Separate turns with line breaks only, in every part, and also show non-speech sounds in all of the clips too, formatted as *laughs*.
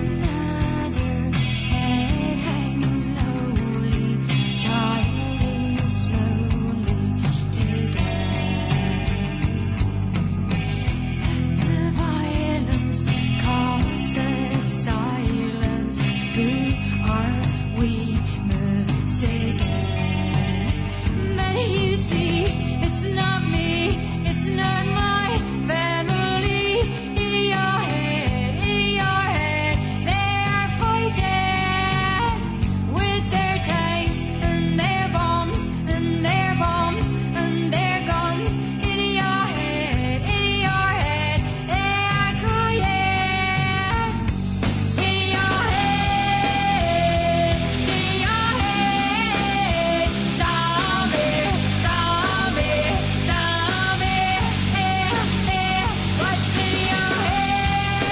Another head hangs slowly, child slowly taken. And the violence causes silence. Who are we mistaken? Many you see, it's not me, it's not my family. In your head, in your head, they are fighting with their tanks and their bombs and their bombs and their guns. In your head, in your head, they are crying. In your head, in your head, zombie, zombie, zombie. Eh, eh, what's in your head?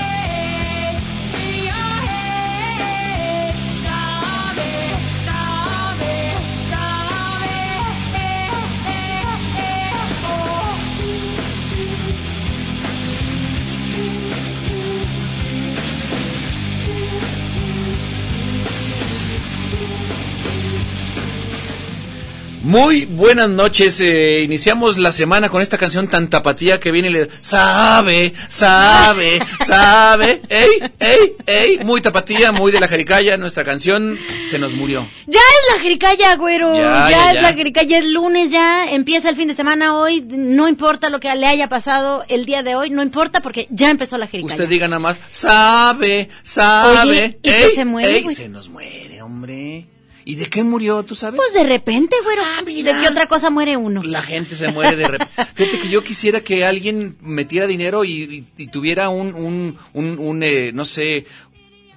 In your head, zombie, zombie, zombie. Eh, eh, eh,
Muy buenas noches. eh, iniciamos la semana con esta canción tan tapatía que viene y le sabe, sabe, sabe. ¡Ey, ey, ey! Muy tapatía, muy de la jericaya. Nuestra canción se nos murió.
Ya es la jericaya, güero.
Ya,
Ya,
ya,
es
ya.
la jericaya, es lunes ya. Empieza el fin de semana hoy. No importa lo que le haya pasado el día de hoy. No importa porque ya empezó la jericaya.
Usted diga nada más, sabe, sabe.
Oye, ¿y
ey,
que se muere,
ey,
güey?
se nos muere, hombre. ¿Y de qué murió, tú sabes?
Pues de repente, güero. ¿De qué otra cosa muere uno?
La gente se muere de repente. Fíjate que yo quisiera que alguien metiera dinero y, y- y tuviera un, un, un, un, eh, no sé,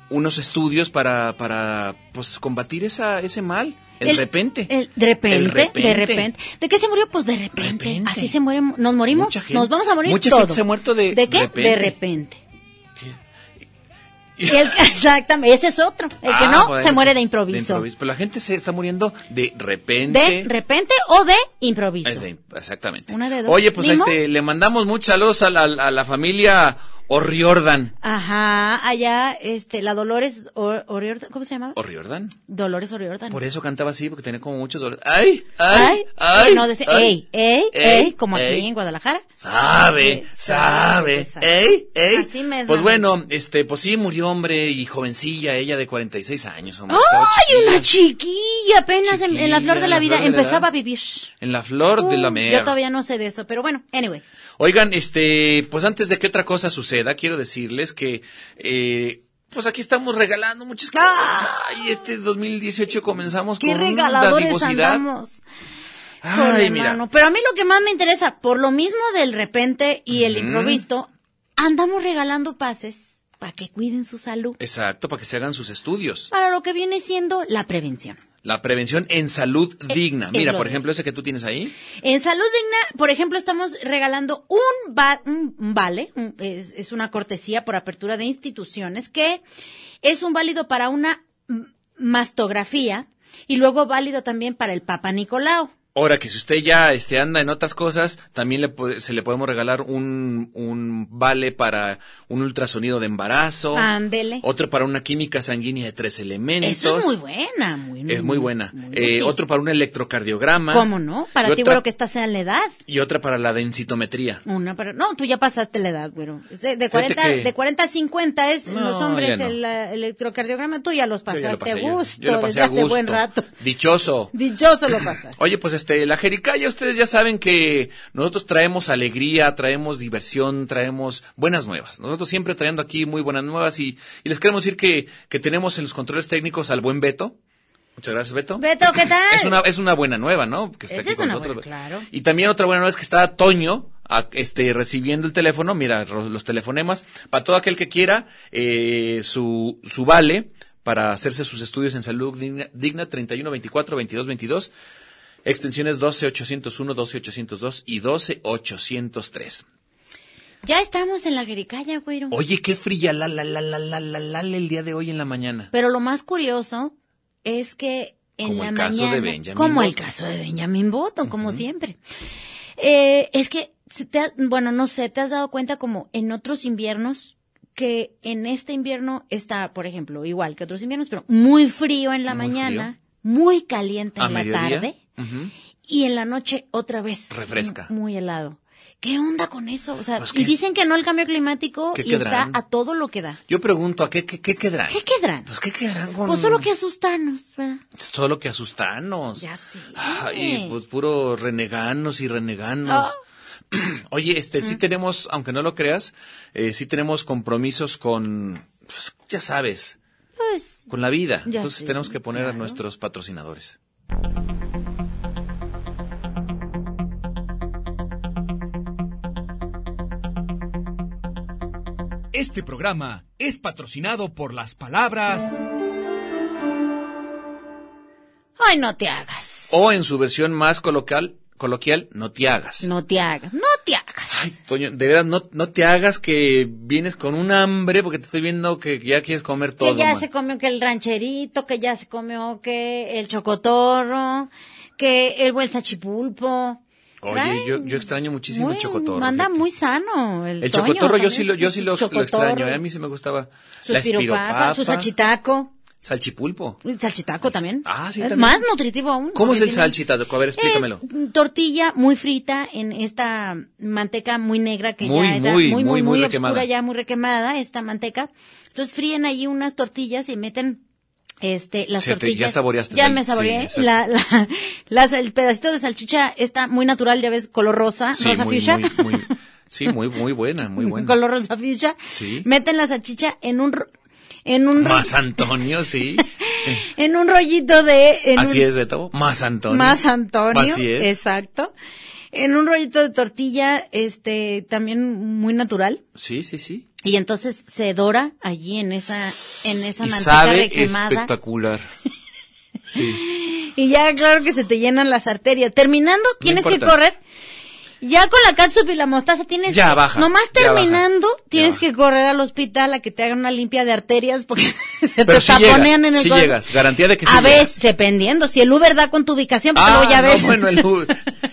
unos estudios para, para pues, combatir esa, ese mal. El, repente.
el- de repente.
El
de repente. ¿De qué se murió? Pues de repente.
Repente.
Así se muere. Nos morimos.
Mucha gente-
nos vamos a morir
mucha
todos.
gente se ha muerto de
¿De qué?
repente.
De repente. Y el- *laughs* exactamente. Ese es otro. El
*laughs*
que
Ah,
no
bueno,
se muere de
de
improviso.
improviso. Pero la gente se está muriendo de repente.
De repente o de improviso.
Es de- exactamente.
Una de dos.
Oye, pues
¿Ni modo?
este, le mandamos mucha luz a la, a la familia O'Riordan.
Ajá, allá, este, la Dolores O- O'Riordan, ¿cómo se llamaba?
¿O'Riordan?
Dolores O'Riordan.
Por eso cantaba así, porque tenía como muchos dolores. ¡Ay!
Ay,
¡Ay! ¡Ay!
no, decía,
ay,
ey, ey, ey,
ey,
como
ey.
aquí en Guadalajara.
Sabe,
Eh,
sabe,
sabe.
ey, ey.
Así mismo.
Pues bueno, este, pues sí murió hombre y jovencilla, ella de 46 años. hombre, estaba
¡Ay,
chiquilla.
una chiquilla! Apenas en- en, la
Chiquilla,
flor de la vida
flor de
empezaba
edad.
a vivir.
En la flor de la
Uh,
mer.
Yo todavía no sé de eso, pero bueno, anyway.
Oigan, este, pues antes de que otra cosa suceda, quiero decirles que, eh, pues aquí estamos regalando muchas cosas.
Ah.
Ay, este 2018 comenzamos
¡Qué
con una
regaladores
dadivosidad.
andamos!
Ay,
Híjole,
mira.
mano. Pero a mí lo que más me interesa, por lo mismo del repente y el
Ujú.
improviso, andamos regalando pases para que cuiden su salud,
Exacto, para que se hagan sus estudios.
para lo que viene siendo la prevención.
La prevención en salud digna.
es
Mira,
Eh, lo
por
de-
ejemplo, ese que tú tienes ahí.
En Salud Digna, por ejemplo, estamos regalando un, va- un vale, un- es, es una cortesía por apertura de instituciones, que es un válido para una m- mastografía y luego válido también para el Papa Nicolau.
Ahora que si usted ya este, anda en otras cosas, también le, po- se le podemos regalar un, un vale para un ultrasonido de embarazo.
Ándele.
Otro para una química sanguínea de tres elementos.
Eso es muy buena, muy
Es muy buena.
muy
Eh,
útil.
otro para un electrocardiograma.
¿Cómo no?
Y
Para ti,
otra-
güero, que estás en la edad.
Y otra para la densitometría.
Una para... No, tú ya pasaste la edad, güero. Es De, de
Fíjate
40,
que-
de 40 a 50 es
No,
los hombres
ya no.
el eh, electrocardiograma. Tú ya los
Yo ya lo
pasaste a
pasé, yo-
gusto
yo lo pasé
desde
a
hace
gusto.
buen rato. *laughs*
Dichoso.
Dichoso lo pasaste.
Oye, pues este, la Jericaya, ustedes ya saben que nosotros traemos alegría, traemos diversión, traemos buenas nuevas. Nosotros siempre trayendo aquí muy buenas nuevas y, y les queremos decir que, que tenemos en los controles técnicos al buen Beto. Muchas gracias, Beto.
Beto, ¿qué tal?
Es una, es una buena nueva, ¿no? Que esté
Esa
aquí
es
con
una
nosotros.
buena, claro.
Y también otra buena nueva es que está Toño a- este, recibiendo el teléfono, mira, ro- los telefonemas, para todo aquel que quiera eh, su, su vale para hacerse sus estudios en salud digna, digna 31, 24, 22, 22, extensiones 12, 801, 12, 802 y 12, 803.
Ya estamos en la jericaya, güero.
Oye, qué fría la, la, la, la, la, la, la, el día de hoy en la mañana.
Pero lo más curioso es que en
Como
la
el caso de
mañana,
Benjamin
como el
Button.
caso de Benjamin Button, como siempre. Eh, es que, se te ha- bueno, no sé, ¿te has dado cuenta como en otros inviernos que en este invierno está, por ejemplo, igual que otros inviernos, pero muy frío en la
Muy
mañana, muy caliente en
A
la
mediodía.
tarde
Ujú.
y en la noche otra vez
Refresca.
mu- muy helado. ¿Qué onda con eso? O sea,
Pues
y
que-
dicen que no el cambio climático
que
y está
quedarán.
a todo lo que da.
Yo pregunto, ¿a qué, qué, qué quedarán?
¿Qué quedarán?
Pues, ¿qué quedarán con...?
Pues solo que asustarnos, ¿verdad?
Solo que asustarnos.
Ya sé. Eh.
Ay, pues puro reneganos y reneganos.
Ah.
*clears throat* Oye, este,
Mm.
sí tenemos, aunque no lo creas, eh, sí tenemos compromisos con, pues, ya sabes,
Pues,
con la vida.
Ya
Entonces
sé,
tenemos que poner
claro.
a nuestros patrocinadores.
Este programa es patrocinado por las palabras...
ay, no te hagas.
O en su versión más coloquial, coloquial, no te hagas.
No te hagas, no te hagas.
Ay, Toño, de verdad, no, no te hagas que vienes con un hambre porque te estoy viendo que ya quieres comer todo.
que ya
man.
se comió que el rancherito, que ya se comió que el chocotorro, que el buen sachipulpo.
Oye,
Ay,
yo, yo extraño muchísimo
muy-
el chocotorro.
Anda
fíjate.
muy sano el
El
Toño
chocotorro yo
también.
sí lo, yo sí lo, lo
Chocotorro,
extraño, ¿eh? a mí sí me gustaba.
Sus
la
piropapas,
espiropapa,
su sachitaco.
salchipulpo.
El salchitaco también.
Ah, sí,
Es
también.
Más nutritivo aún.
¿Cómo es
porque
el
tiene-
salchitaco? A ver, explícamelo.
Es tortilla muy frita en esta manteca muy negra que
Muy,
ya está
muy,
muy, muy,
muy, muy
muy
requemada.
oscura, ya muy requemada esta manteca. Entonces fríen ahí unas tortillas y meten este las
Se te- ya
tortillas.
saboreaste,
Ya
sí,
me
sí,
saboreé.
exacto.
la, la- las- el pedacito de salchicha está muy natural, ya ves, color rosa,
Sí,
rosa
muy,
fuchsia.
muy,
*laughs*
muy- sí, muy, muy buena, muy buena.
color rosa fuchsia.
Sí.
Meten la salchicha en un ro- en un ro-
Más Antonio, sí.
en un rollito de *laughs* en
Así
un-
es, Beto. Más Antonio.
Más Antonio.
Así es.
Exacto. En un rollito de tortilla, este, también muy natural.
Sí, sí, sí.
Y entonces se dora allí en esa, en esa
Y
manteca
sabe
requemada.
espectacular.
Y ya claro que se te llenan las arterias. Terminando, tienes que
importa.
correr. Ya con la catsup y la mostaza tienes
Ya
que-
baja,
Nomás
ya baja,
terminando,
ya
tienes
baja.
que correr al hospital a que te hagan una limpia de arterias porque *laughs* se
Pero
te
sí
taponean
llegas,
en el
sí
cuerpo.
llegas, garantía de que sí
A
llegas.
veces, dependiendo. Si el Uber da con tu ubicación, pero
Ah,
luego ya
no,
ves.
bueno, el-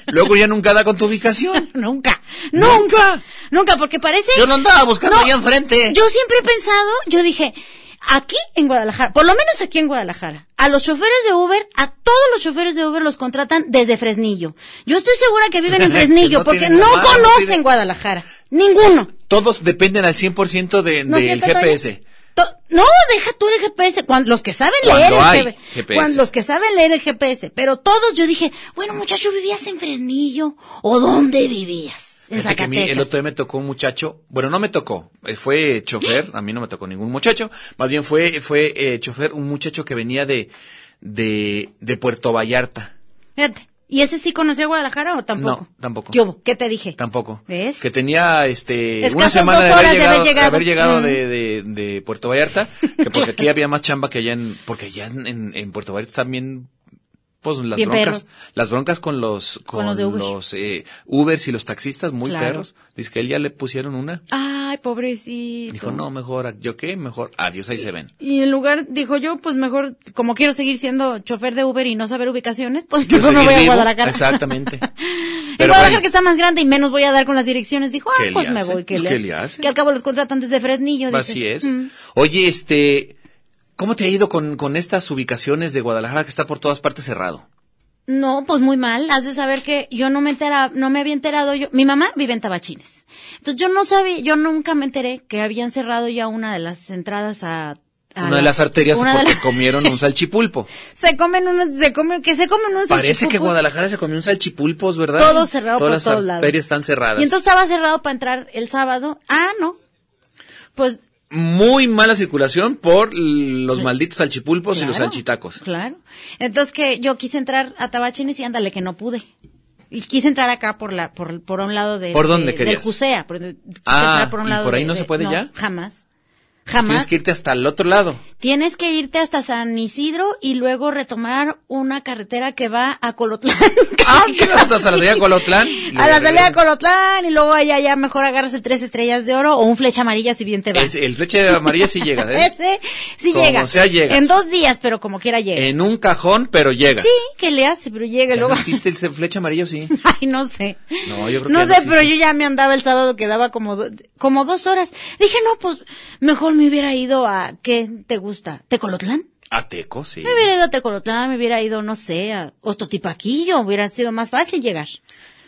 luego ya nunca da con tu ubicación.
*laughs* Nunca, nunca, nunca, porque parece.
Yo lo andaba buscando
No,
allá enfrente.
Yo siempre he pensado, yo dije, aquí en Guadalajara, por lo menos aquí en Guadalajara, a los choferes de Uber, a todos los choferes de Uber los contratan desde Fresnillo. Yo estoy segura que
*laughs*
viven en Fresnillo,
No
porque
tienen
no
nada, no
conocen
tienen-
Guadalajara. Ninguno.
Todos dependen al 100% de,
¿No es
del
cierto, Toño?
GPS.
To- No, deja tú el GPS. Cuando, los que saben
Cuando
leer el
hay
GP-
GPS.
cuando- los que saben leer el GPS. Pero todos yo dije, bueno, muchacho, ¿vivías en Fresnillo? ¿O dónde vivías? En
Fíjate que a mí
Zacatecas.
el otro día me tocó un muchacho, bueno, no me tocó, eh, fue chofer, a mí no me tocó ningún muchacho, más bien fue, fue eh, chofer un muchacho que venía de, de, de Puerto Vallarta,
Fíjate. ¿Y ese sí conocía Guadalajara o tampoco?
No, tampoco.
¿Qué, hubo? ¿Qué te dije?
tampoco,
¿Ves?
que tenía este una
Escasas
semana
dos
de haber
horas
llegado, de haber llegado,
Mm.
de, de- de
*laughs*
Puerto Vallarta, que porque aquí había más chamba que allá en, porque allá en, en- en Puerto Vallarta también Pues las
Bien
broncas,
perro.
las broncas con los con,
Con los de Uber.
los, eh, Ubers y los taxistas muy
Claro.
perros. Dice que él ya le pusieron una.
Ay, pobrecito.
Dijo, "No, mejor, a- yo qué, mejor adiós, ahí se
*laughs*
ven."
Y en lugar, dijo yo, pues mejor, como quiero seguir siendo chofer de Uber y no saber ubicaciones, pues
Quiero
mejor me
seguir
voy a
vivo.
Guadalajara. *laughs*
Exactamente.
en
Pero
Guadalajara
bueno.
que está más grande y menos voy a dar con las direcciones. Dijo,
¿Qué
ah,
le
pues me
hace?
voy.
Pues, ¿qué le hace? Pues
Que al cabo los contratantes de Fresnillo.
Así
dice.
es.
Mm.
Oye, este, ¿cómo te ha ido con, con estas ubicaciones de Guadalajara que está por todas partes cerrado?
No, pues muy mal. Has de saber que yo no me entera, no me había enterado yo. Mi mamá vive en Tabachines. Entonces yo no sabía, yo nunca me enteré que habían cerrado ya una de las entradas a, a
Una
la-
de las arterias
una de
porque
la-
comieron un salchipulpo.
*laughs* se comen unos, se comen, que se comen unos
Parece que
salchipulpos.
Guadalajara se comió un salchipulpos, ¿verdad?
Todo cerrado
Todas
por
las
todos lados.
arterias están cerradas.
Y entonces estaba cerrado para entrar el sábado. Ah, no. Pues
Muy mala circulación por los malditos salchipulpos y los
Claro,
salchitacos.
Claro. Entonces que yo quise entrar a Tabachines y ándale que no pude. Y quise entrar acá por la por, por un lado de
¿Por dónde
de-
querías?
del CUSEA, por- quise
Ah,
entrar un
¿y por ahí no se puede ya? Pues
Jamás. Jamás.
Tienes que irte hasta el otro
*laughs*
lado.
irte hasta San Isidro y luego retomar una carretera que va a Colotlán. *laughs*
Ah, ¿qué vas *laughs* hasta la salida de Colotlán?
A la salida de Colotlán y luego allá ya mejor agarras el tres estrellas de oro o un flecha amarilla si bien te va.
Es- el flecha amarilla sí llega,
*laughs*
¿eh?
Ese sí
Como
llega.
sea, llegas.
En dos días, pero como quiera llega.
En un cajón, pero llega.
Sí, que le hace, pero llega y
¿Ya no
*laughs* luego.
existe el se- flecha amarillo?
*laughs*
Sí.
Ay, no sé.
No, yo creo que ya
No
no
sé,
existe.
pero yo ya me andaba el sábado, quedaba como, do- como dos horas. Dije, no, pues mejor me hubiera ido a, ¿qué te gusta? ¿Tecolotlán?
Ateco, Ah, sí.
Me hubiera ido a Tecolotlán, me hubiera ido, no sé, a Ostotipaquillo, hubiera sido más fácil llegar.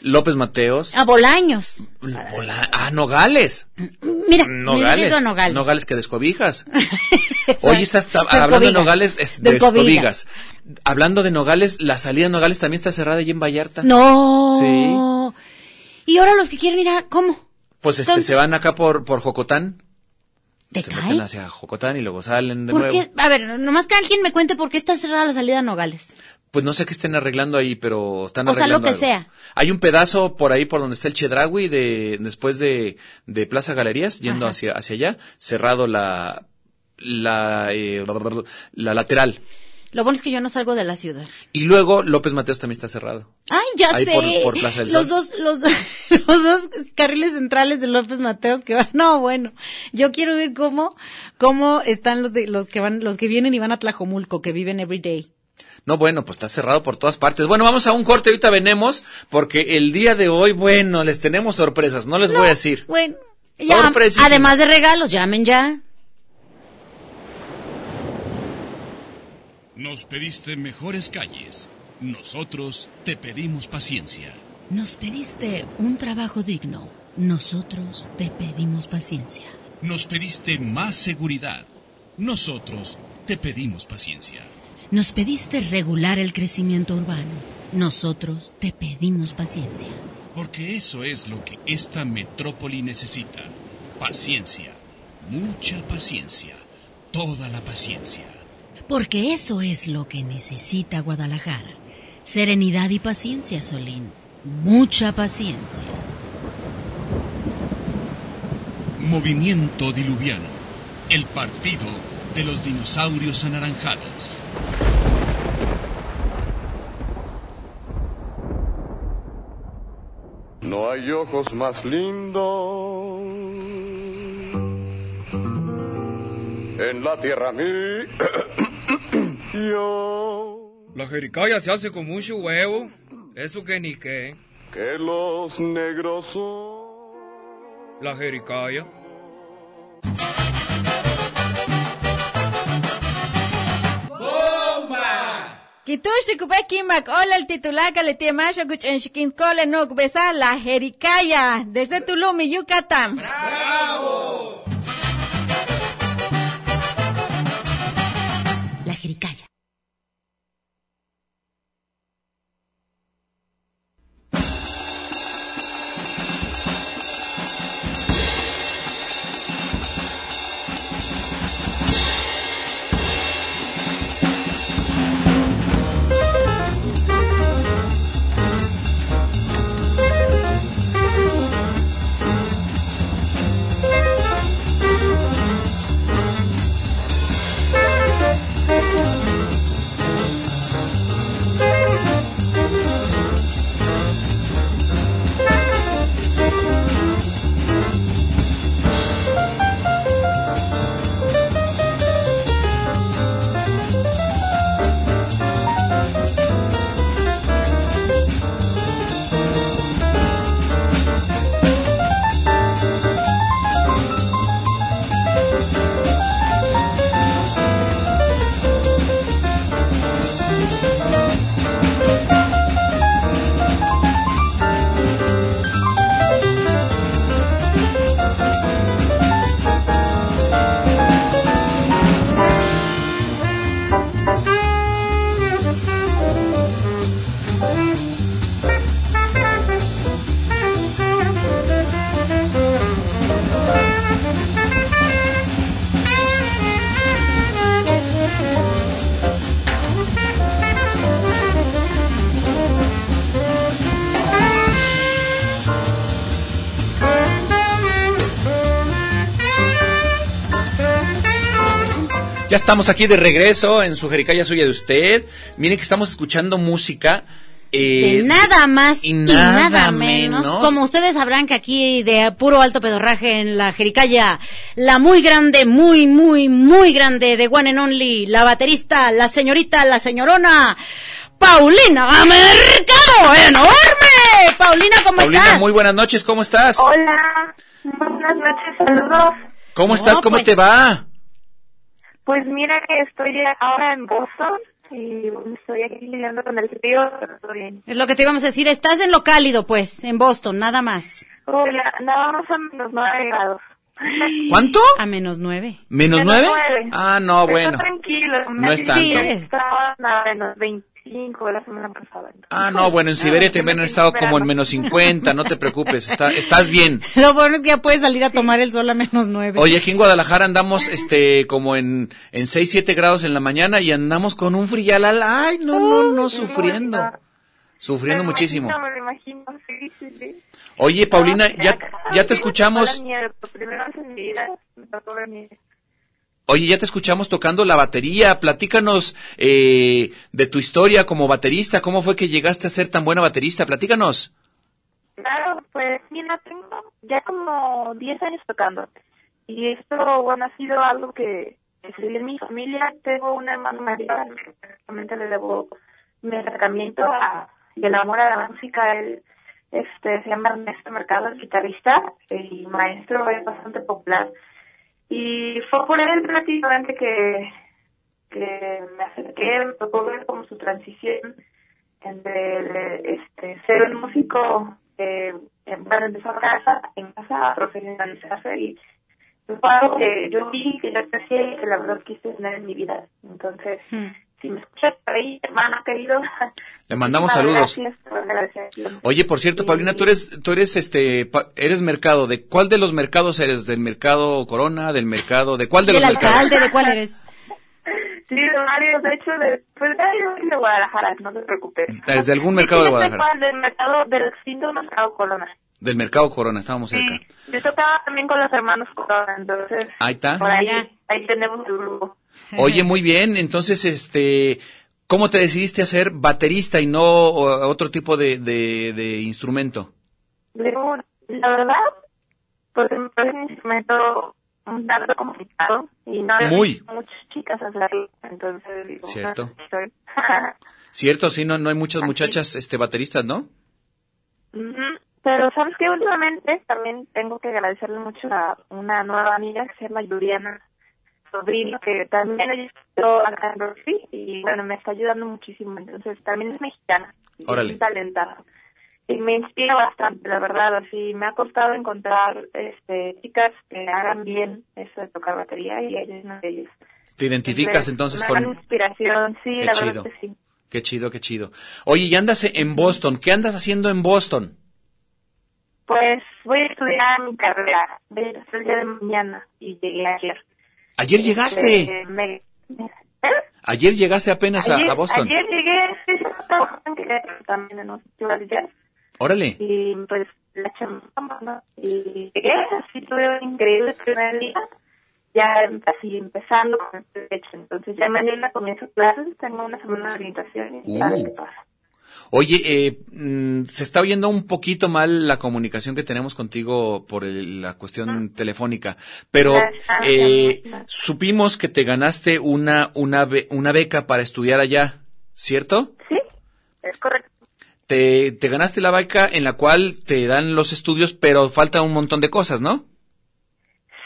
López Mateos.
A Bolaños.
Hola. Ah, Nogales.
Mira, me hubiera
Nogales.
ido a Nogales.
que descobijas.
*laughs* Exacto.
Hoy estás ta-
Descobigas.
hablando de Nogales, es-
Descobigas.
descobigas. Hablando de Nogales, la salida de Nogales también está cerrada allí en Vallarta.
No. Y ahora los que quieren ir a, ¿cómo?
Pues este,
Entonces-
se van acá por, por Jocotán.
¿Te
Se
cae?
meten hacia Jocotán y luego salen de
¿Por
nuevo.
qué? A ver, nomás que alguien me cuente por qué está cerrada la salida a Nogales.
Pues no sé qué estén arreglando ahí, pero están
O sea,
arreglando.
lo que
algo.
sea.
Hay un pedazo por ahí por donde está el Chedragui de, después de, de Plaza Galerías, yendo
Ajá.
hacia, hacia allá, cerrado la, la, eh, la lateral.
Lo bueno es que yo no salgo de la ciudad.
Y luego López Mateos también está cerrado.
Ay, ya
Ahí
sé.
por- por Plaza
*laughs*
del
los
Sol.
dos, los, los dos carriles centrales de López Mateos que van. *laughs* No, bueno. Yo quiero ver cómo, cómo están los de, los que van, los que vienen y van a Tlajomulco, que viven every day.
No, bueno, pues está cerrado por todas partes. Bueno, vamos a un corte, ahorita venemos, porque el día de hoy, bueno, les tenemos sorpresas, no les voy a decir.
Bueno. Ya,
Sorpresísimas.
además de regalos, llamen ya.
Nos pediste mejores calles. Nosotros te pedimos paciencia.
Nos pediste un trabajo digno. Nosotros te pedimos paciencia.
Nos pediste más seguridad. Nosotros te pedimos paciencia.
Nos pediste regular el crecimiento urbano. Nosotros te pedimos paciencia.
Porque eso es lo que esta metrópoli necesita. Paciencia. Mucha paciencia. Toda la paciencia.
Porque eso es lo que necesita Guadalajara. Serenidad y paciencia, Solín. Mucha paciencia.
Movimiento Diluviano. El partido de los dinosaurios anaranjados.
No hay ojos más lindos en la tierra mía. *coughs* yo
La jericaya se hace con mucho huevo. Eso que ni qué.
que los negros son.
La jericaya.
Kitushi kubekimak, hola el titulaca le tiene más en Chiquincole no besa la jericaya desde Tulum y Yucatán.
La jericaya.
Ya estamos aquí de regreso en su jericaya suya de usted. Miren que estamos escuchando música. eh,
De nada más y nada, menos.
menos.
Como ustedes sabrán que aquí de puro alto pedorraje en la Jericaya, la muy grande, muy, muy, muy grande de One and Only, la baterista, la señorita, la señorona, Paulina Mercado, enorme. Paulina, ¿cómo
Paulina,
estás?
muy buenas noches, ¿cómo estás?
Hola, buenas noches, saludos.
¿Cómo estás?
No,
¿Cómo
pues-
te va?
Pues mira que estoy ahora en Boston y estoy aquí lidiando con el frío, pero todo bien.
Es lo que te íbamos a decir, estás en lo cálido, pues, en Boston, nada más.
Hola, nada más a menos nueve grados.
¿Cuánto?
A menos nueve. *laughs*
¿Menos
Menos
nueve?
nueve.
Ah, no,
Está
bueno.
tranquilo.
No es
Sí,
tanto.
estaban a menos 25 la semana pasada.
Ah, no, bueno, en Siberia te hubieran estado como en menos 50, no te preocupes, está-
*laughs*
estás bien.
Lo bueno es que ya puedes salir a tomar el sol a menos nueve.
Oye, aquí en Guadalajara andamos este como en, en 6, 7 grados en la mañana y andamos con un frial al... Ay, no, no, no, sufriendo. Sufriendo muchísimo.
No, me lo imagino, sí, sí, sí.
Oye, Paulina, ya, ya te escuchamos...
La nieve, por primera vez en mi vida me tocó ver nieve.
Oye, ya te escuchamos tocando la batería. Platícanos eh, de tu historia como baterista. ¿Cómo fue que llegaste a ser tan buena baterista? Platícanos.
Claro, pues mira, tengo ya como 10 años tocando. Y esto, bueno, ha sido algo que recibí en mi familia. Tengo una hermana mayor, al que prácticamente le debo mi acercamiento a, y el amor a la música. Él este, se llama Ernesto Mercado, es guitarrista y maestro, es bastante popular. Y fue por él prácticamente que, que me acerqué, me tocó ver como su transición entre el, este, ser un músico eh, en- bueno, empezó a casa, en casa a profesionalizarse y pues, fue algo que yo vi, que yo aprecié y que la verdad quise tener en mi vida. Entonces, si me escuchas por ahí, hermano querido, *laughs*
Le mandamos
muchísimas
saludos.
Gracias por la agradecimiento.
Oye, por cierto, Paulina, tú eres, tú eres este, pa- eres mercado. ¿De cuál de los mercados eres? ¿Del mercado Corona? ¿Del mercado? ¿De cuál de los
el
mercados?
alcalde, ¿de cuál eres?
Sí, de varios, de hecho, de, pues de, varios de Guadalajara, no te preocupes.
Desde algún
Sí,
mercado de
yo soy
Guadalajara.
fan del mercado, del extinto mercado Corona.
Del mercado Corona, estábamos cerca.
Sí, yo tocaba también con los hermanos Corona, entonces
Ahí está.
por ahí, ahí tenemos el grupo.
Oye, muy bien. Entonces, este, ¿cómo te decidiste a ser baterista y no o- otro tipo de, de- de instrumento?
Luego, la verdad, porque me parece un instrumento un tanto complicado y no hay
Muy.
muchas chicas hacerlo, entonces digo,
Cierto.
no, soy- *laughs*
Cierto, sí, no, no hay
Ah,
muchas muchachas, este, bateristas, ¿no?
Ujú. Pero sabes que últimamente también tengo que agradecerle mucho a una nueva amiga que se llama Juliana Sobrino, que también ella estudió acá en Berkeley y bueno, me está ayudando muchísimo, entonces también es mexicana. y
Órale.
Es talentada. Y me inspira bastante, la verdad, así me ha costado encontrar este chicas que hagan bien eso de tocar batería y ella es una de ellas.
Te identificas entonces
una gran
con...
inspiración, sí,
Qué
la verdad
chido.
que sí.
Qué chido, qué chido. Oye, y andas en Boston. ¿Qué andas haciendo en Boston?
Pues voy a estudiar mi carrera. Voy a empezar el día de mañana y llegué ayer.
Ayer llegaste.
Eh, me- ¿Eh?
Ayer llegaste apenas a,
ayer,
a Boston.
ayer llegué, sí, estaba trabajando en Querétaro también en un festival de jazz.
Órale.
Y pues la chamba, ¿no? Y llegué, así tuve un increíble primer día. Ya así empezando con el derecho. Entonces ya mañana comienzo clases, tengo una semana de orientación y ya
Uh.
qué pasa.
Oye, eh, mm, se está oyendo un poquito mal la comunicación que tenemos contigo por el- la
Ah.
cuestión telefónica, pero
Gracias.
eh, supimos que te ganaste una una be- una beca para estudiar allá, ¿cierto?
Es correcto.
Te, te ganaste la beca en la cual te dan los estudios, pero falta un montón de cosas, ¿no?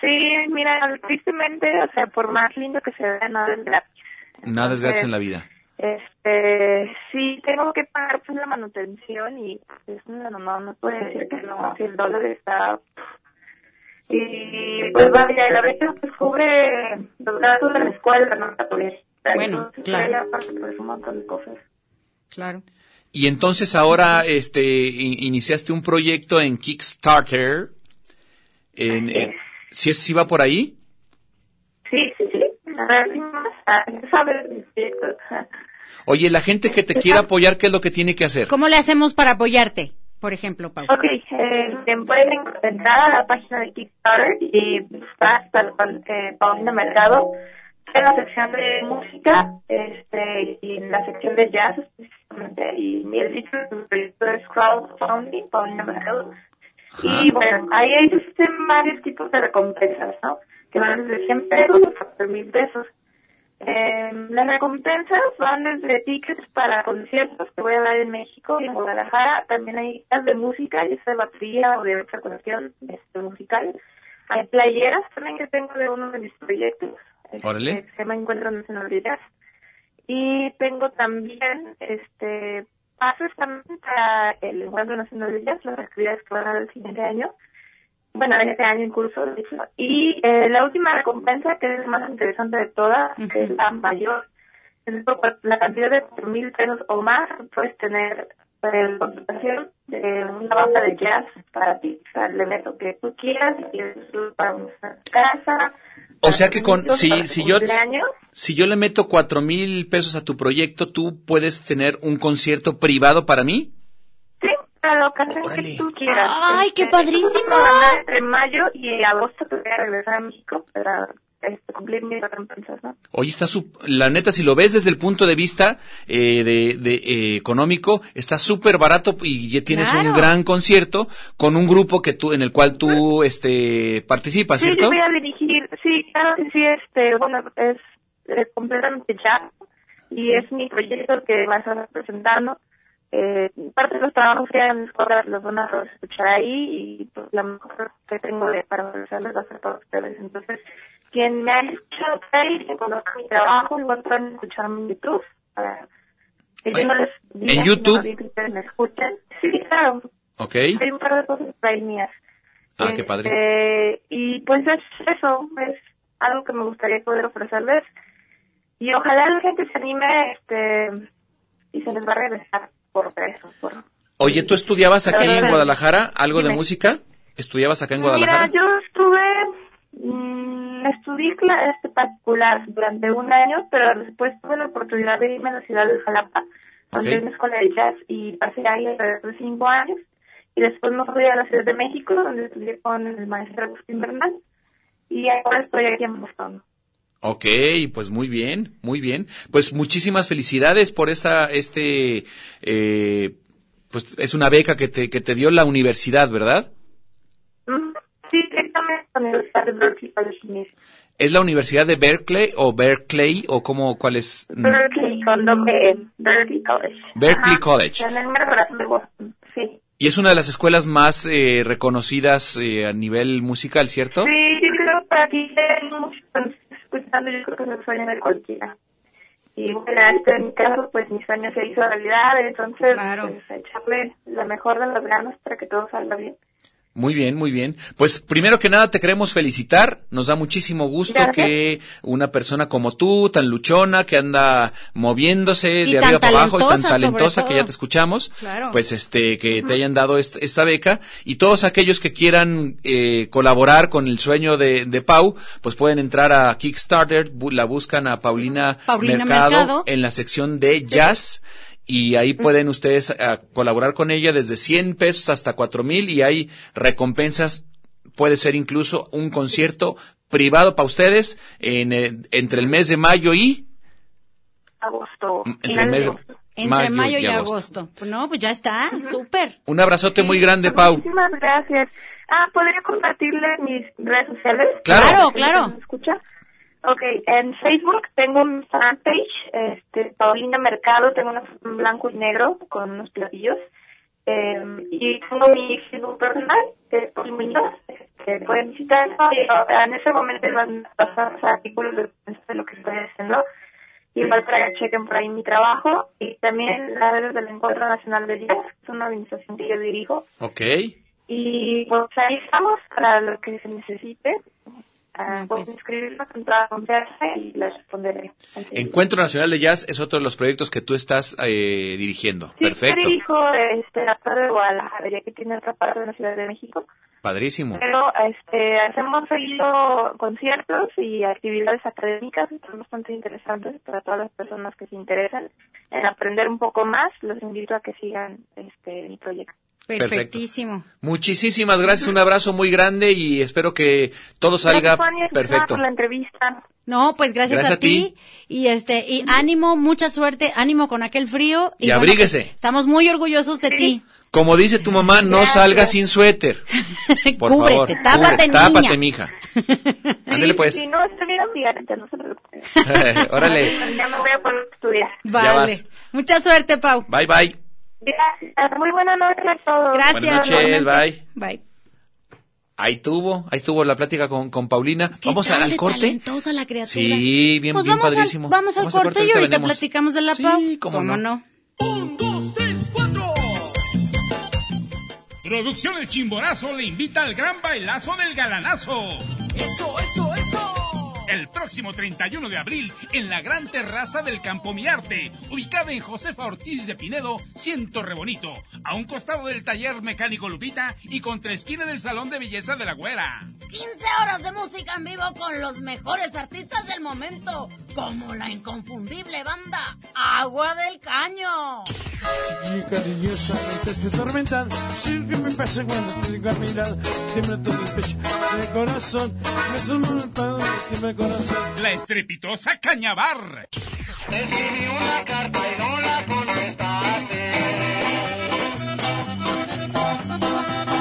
Sí, mira, tristemente, o sea, por más lindo que se vea, nada es gratis.
Nada es gratis en la vida.
Este, sí, tengo que pagar pues la manutención y pues, no, no, no, no puedo decir que no, si el dólar está... Y pues vaya, la beca pues cubre los gastos de la escuela, ¿no? La publicidad,
Bueno,
entonces,
claro.
ya, aparte, pues, un montón de cosas.
Claro.
Y entonces ahora este in- iniciaste un proyecto en Kickstarter. En, en- ¿Sí, es- sí va por ahí?
Sí, sí, sí. A ver, ¿qué más? Ah, ¿Sabes? mis proyectos.
Oye, la gente que te quiera apoyar, ¿qué es lo que tiene que hacer?
¿Cómo le hacemos para apoyarte? Por ejemplo, Pau.
Ok, eh, bien, pueden entrar a la página de Kickstarter y buscar tal cual, eh, Paulina Mercado. en la sección de música este, y en la sección de jazz específicamente. Y mi editor mi proyecto es crowdfunding, Paulina Barredo. Y bueno, ahí existen varios tipos de recompensas, ¿no? Que van desde 100 pesos hasta mil pesos. Eh, las recompensas van desde tickets para conciertos que voy a dar en México y en Guadalajara. También hay guías de música, ya sea de batería o de otra cuestión este, musical. Hay playeras también que tengo de uno de mis proyectos. este,
Órale.
que se llama Encuentro Nacional de Jazz. Y tengo también este pases también para el Encuentro Nacional de Jazz, las actividades que van a dar el siguiente año. Bueno, en este año en curso, de hecho. Y eh, la última recompensa, que es la más interesante de todas, que es la mayor. Es por la cantidad de mil pesos o más, puedes tener eh, contratación de una banda de jazz para ti, para el evento que tú quieras, si quieres para una casa.
O sea que con si
para
si
tu
yo
cumpleaños.
si yo le meto cuatro mil pesos a tu proyecto, tú puedes tener un concierto privado para mí.
Sí, para la ocasión que tú quieras. Este,
¡Ay, qué padrísimo!
programa Entre mayo y agosto te voy a regresar a México para este, cumplir mis recompensas, ¿no?
Oye, está su- la neta, si lo ves desde el punto de vista eh, de, de, eh, económico, está súper barato y ya tienes un
Claro.
gran concierto con un grupo que tú en el cual tú este
Pues,
participas,
sí, yo
¿cierto?
voy a dirigir, sí, claro que sí, este, bueno, es eh, completamente ya y es mi proyecto que vas a estar presentando. Eh, parte de los trabajos que hagan mis cuadras los van a escuchar ahí y pues, la mejor que tengo de, para ofrecerles va a ser para ustedes. Entonces, quien me ha escuchado por ahí, que conozca mi trabajo, igual pueden escucharme en YouTube. Para, que yo
Oye,
no les diga,
¿en
sino
YouTube?
que ustedes me escuchen. Sí, claro.
Ok.
Hay un par de cosas por ahí mías.
Ah, qué padre.
Eh, y pues es eso, es algo que me gustaría poder ofrecerles. Y ojalá la gente se anime este, y se les va a regresar por eso. Por...
Oye, ¿tú estudiabas aquí en Guadalajara algo de
Dime.
música? ¿Estudiabas acá en
Mira,
Guadalajara?
yo estuve, mm, estudié cla- este particular durante un año, pero después tuve la oportunidad de irme a la ciudad de Jalapa, donde
Ok.
hay una escuela de jazz, y pasé ahí alrededor de cinco años. Y después me fui a la Ciudad de México, donde estudié con el maestro Agustín Bernal, y ahora estoy aquí en Boston.
Ok, pues muy bien, muy bien. Pues muchísimas felicidades por esta, este, eh, pues es una beca que te, que te dio la universidad, ¿verdad?
Mm, Sí, directamente con el Universidad de Berkeley College of Music.
¿Es la Universidad de Berkeley o Berkeley o cómo, cuál es? Mm,
Berkeley, con doble E, Berkeley College.
Berkeley
Ajá,
College.
En el mero corazón de Boston, sí.
Y es una de las escuelas más eh, reconocidas eh, a nivel musical, ¿cierto?
Sí, yo creo que aquí hay muchos que nos están escuchando, yo creo que se sueñan de cualquiera. Y bueno, este, en mi caso, pues mi sueño se hizo realidad, entonces, pues, echarle la mejor de las ganas para que todo salga bien.
Muy bien, muy bien. Pues primero que nada te queremos felicitar. Nos da muchísimo gusto
Gracias.
que una persona como tú, tan luchona, que anda moviéndose
Y
de
tan
arriba para abajo y tan
talentosa, sobre
talentosa que
todo.
ya te escuchamos,
Claro.
pues este que te hayan dado est- esta, beca y todos aquellos que quieran eh, colaborar con el sueño de, de Pau, pues pueden entrar a Kickstarter, bu- la buscan a Paulina,
Paulina Mercado.
en la sección de jazz y ahí pueden ustedes ah, colaborar con ella desde 100 pesos hasta 4 mil y hay recompensas, puede ser incluso un concierto privado para ustedes en, eh, entre el mes de mayo y... mm,
Agosto.
Entre el mes de
Entre
mayo
mayo, y, agosto. Pues No, pues ya está, súper.
Un abrazote muy grande, Pau.
Muchísimas gracias. Ah, ¿podría compartirle mis redes sociales?
Claro.
Claro, claro. ¿Me escucha? Ok, en Facebook tengo un fanpage, este, Paulina Mercado, tengo una foto en blanco y negro con unos platillos. Eh, y tengo mi Facebook personal, que es Paul Muñoz, que pueden visitarlo. Y ahora, en ese momento van a pasar los artículos de- de lo que estoy haciendo. Igual para que chequen por ahí mi trabajo. Y también las redes del Encuentro Nacional de Días, que es una organización que yo dirijo.
Ok.
Y pues ahí estamos para lo que se necesite. Ah, pues escribirnos con toda confianza y les responderé.
Encuentro Nacional de Jazz es otro de los proyectos que tú estás eh, dirigiendo. Perfecto.
dijo este, la parte de Guadalajara, ya que tiene otra parte de la Ciudad de México.
Padrísimo.
Pero este, hacemos seguido conciertos y actividades académicas que son bastante interesantes para todas las personas que se interesan en aprender un poco más. Los invito a que sigan este mi proyecto.
Perfecto.
Perfectísimo.
Muchísimas gracias, un abrazo muy grande y espero que todo salga
Gracias, Sonia,
perfecto.
por la No, pues gracias,
Gracias
a,
a
ti. Y este, y ánimo, mucha suerte, ánimo con aquel frío.
Y
bueno,
abríguese.
pues, estamos muy orgullosos de ti.
Como dice tu mamá, no salga sin suéter. *laughs* Por
Cúbrete,
favor,
tápate,
cúbrete, tápate,
niña.
mija.
*laughs*
Ándele pues.
Si no, estoy bien obligada, no se preocupe.
*laughs* Órale,
Ya me voy a poner a estudiar.
vas.
Vale. Mucha suerte, Pau.
bye bye.
Gracias. Muy buena noche a todos.
Buenas noches, bye.
Bye.
Ahí tuvo, ahí tuvo la plática con, con Paulina.
¿Qué
Vamos
tal
al
de
corte.
talentosa la criatura.
Sí, bien,
Pues
bien
vamos al-
padrísimo.
vamos al corte y
ahorita
ahorita
venimos.
platicamos de la
sí,
Pau.
Cómo
¿Cómo
no.
no?
Producciones Chimborazo le invita al gran bailazo del galanazo. ¡Eso, eso, eso! El próximo 31 de abril en la gran terraza del Campo Miarte, ubicada en Josefa Ortiz de Pinedo, ciento rebonito, a un costado del taller mecánico Lupita y contra esquina del Salón de Belleza de la Güera.
15 horas de música en vivo con los mejores artistas del momento, como la inconfundible banda Agua del Caño.
Muy cariñosamente te tormentan Sin que me pase cuando te digo a mi lado Tiembla todo el pecho, el corazón Me sumo un palo, tiembla el corazón
La estrepitosa Cañabar.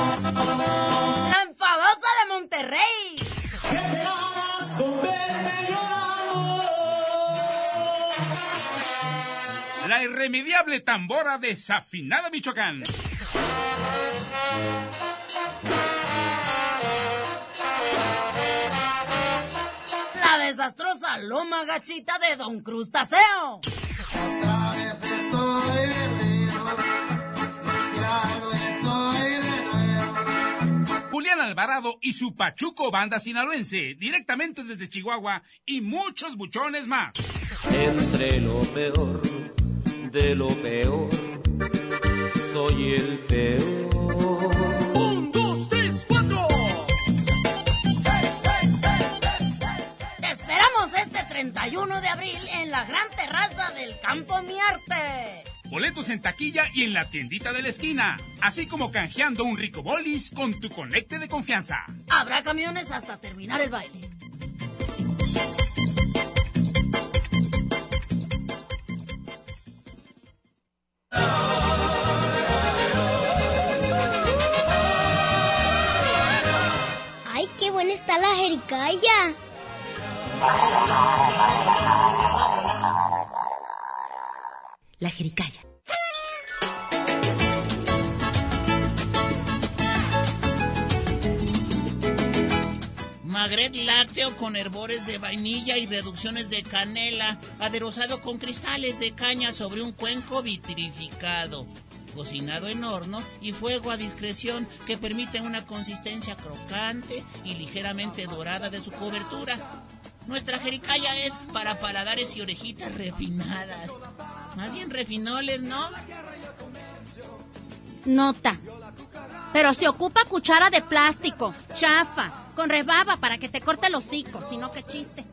La enfadosa de Monterrey.
La irremediable tambora desafinada Michoacán.
La desastrosa loma gachita de Don Crustaceo.
Julián Alvarado y su Pachuco Banda Sinaloense, directamente desde Chihuahua y muchos buchones más.
eh?
Entre lo peor de lo peor, soy el peor. Un, dos, tres, cuatro.
Te esperamos este 31 de abril en la gran terraza del Campo Miarte.
Boletos en taquilla y en la tiendita de la esquina, así como canjeando un rico bolis con tu conecte de confianza.
Habrá camiones hasta terminar el baile.
¡Ay, qué buena está la jericaya!
La jericaya.
Magret lácteo con herbores de vainilla y reducciones de canela, aderezado con cristales de caña sobre un cuenco vitrificado. Cocinado en horno y fuego a discreción que permite una consistencia crocante y ligeramente dorada de su cobertura. Nuestra jericaya es para paladares y orejitas refinadas. Más bien refinoles, ¿no?
Nota. Pero se ocupa cuchara de plástico, chafa, con rebaba para que te corte el hocico, sino que chiste.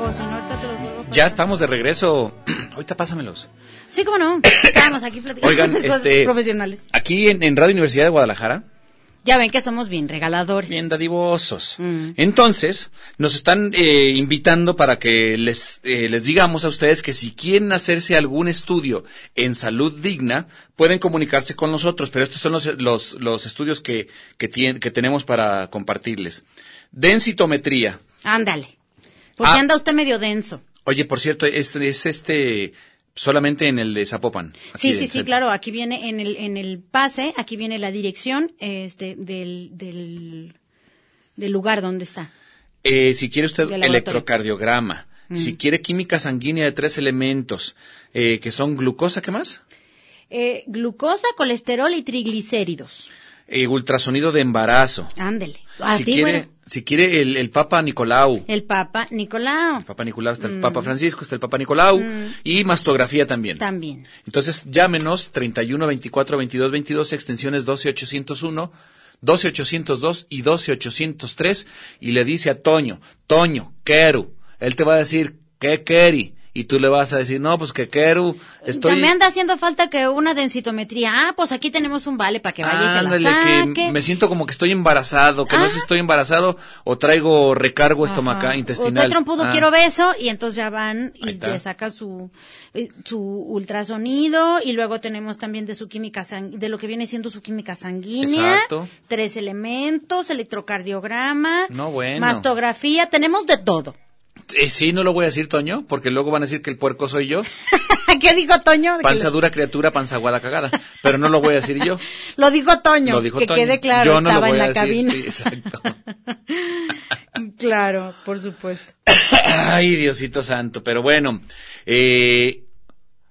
Oh.
si no, ahorita te los vuelvo a
Ya estamos de regreso. *clears throat* Ahorita pásamelos.
Sí, cómo no. Estábamos aquí
*laughs*
platicando
Oigan,
de cosas
este-
profesionales.
Aquí en, en Radio Universidad de Guadalajara,
Ya ven que somos bien regaladores.
bien dadivosos.
Mm.
Entonces, nos están eh, invitando para que les, eh, les digamos a ustedes que si quieren hacerse algún estudio en salud digna, pueden comunicarse con nosotros, pero estos son los, los, los estudios que, que, tien- que tenemos para compartirles. Densitometría.
Ándale. Porque
Ah.
anda usted medio denso.
Oye, por cierto, es, es este solamente en el de Zapopan.
Sí,
Aquí
sí,
en
sí,
Zap-
claro. Aquí viene en el, en el pase, aquí viene la dirección este, del, del, del lugar donde está.
Eh, si quiere usted
Del laboratorio.
electrocardiograma,
Mm.
si quiere química sanguínea de tres elementos, eh, que son glucosa, ¿qué más?
Eh, glucosa, colesterol y triglicéridos.
Eh, ultrasonido de embarazo.
Ándele. A
si,
ti,
quiere,
Ah, bueno,
si quiere el, el Papa Nicolau.
el Papa Nicolau.
Papa Nicolau, está el
Mm.
Papa Francisco, está el Papa Nicolau
Mm.
y mastografía también.
También.
Entonces llámenos 31 24 22 22 extensiones 12 801, 12 802 y 12 803 y le dice a Toño, Toño, quiero. Él te va a decir, ¿qué queri? Y tú le vas a decir, no, pues que quiero,
Ya
estoy...
me anda haciendo falta que una densitometría. Ah, pues aquí tenemos un vale para que vaya y se
Ándale,
la saque. Ah.
que me siento como que estoy embarazado, que no sé si estoy embarazado o traigo recargo estomacal,
Ajá.
intestinal.
Usted trompudo,
Ah.
quiero beso, y entonces ya van
Ahí
y
está.
le saca su, eh, su ultrasonido, y luego tenemos también de su química sang- de lo que viene siendo su química sanguínea.
Exacto.
Tres elementos, electrocardiograma,
No, bueno.
mastografía, tenemos de todo. *laughs*
Eh, sí, no lo voy a decir, Toño, porque luego van a decir que el puerco soy
*laughs*
yo.
¿Qué dijo Toño? Que
Panza
lo-
dura criatura, panza aguada cagada. Pero no lo voy a decir yo.
Lo dijo Toño,
lo dijo
que
Toño.
quede claro,
Yo no
estaba
lo voy
en la
a decir,
cabina.
sí, exacto.
*laughs*
*laughs*
Claro, por supuesto.
Ay, Diosito santo. Pero bueno, eh,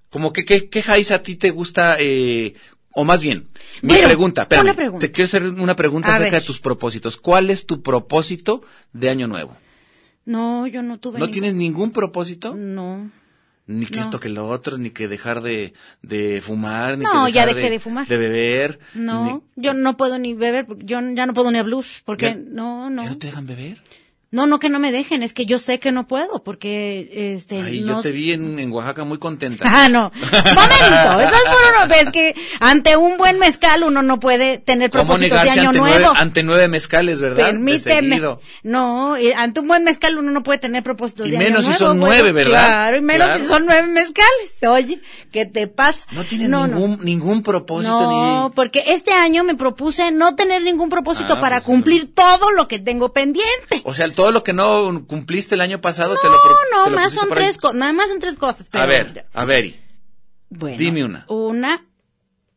como que, ¿qué, qué Jais a ti te gusta? Eh, o más bien, mi
Bueno,
pregunta,
una
espérame,
pregunta.
te quiero hacer una pregunta
A
acerca
ver.
de tus propósitos. ¿Cuál es tu propósito de Año Nuevo?
No, yo no tuve.
¿No
ningún-
tienes ningún propósito?
No.
Ni que
Mm, No.
esto que lo otro, ni que dejar de, de fumar, ni
No,
que
ya
dejar
dejé de fumar.
De beber. ni-
No, yo no puedo ni beber, porque yo ya no puedo ni hablar, porque
Ya-
no,
¿Ya
no.
no te dejan beber?
No, no que no me dejen, es que yo sé que no puedo, porque este
Ay,
no.
yo te vi en, en Oaxaca muy contenta.
*laughs* Ah, no. Momento, eso es por uno, ves que ante un buen mezcal uno no puede tener
¿Cómo
propósitos de
negarse
año
ante nueve,
nuevo.
ante nueve mezcales, verdad? De
Permíteme.
seguido.
No, eh, ante un buen mezcal uno no puede tener propósitos
Y
de
menos
año
si
nuevo.
son
bueno,
nueve, ¿verdad?
Claro, y menos
Claro.
si son nueve mezcales. Oye, ¿qué te pasa?
No tienes
No, no.
ningún, ningún propósito
No, porque este año me propuse no tener ningún propósito
Ah,
para
pues,
cumplir todo lo que tengo pendiente.
ni... O sea, todo lo que no cumpliste el año pasado te lo pro- te
No,
lo
no, más
pusiste
son
por ahí.
tres cosas, nada más son tres cosas. Pero
A ver, a ver. y-
bueno,
dime una.
Una,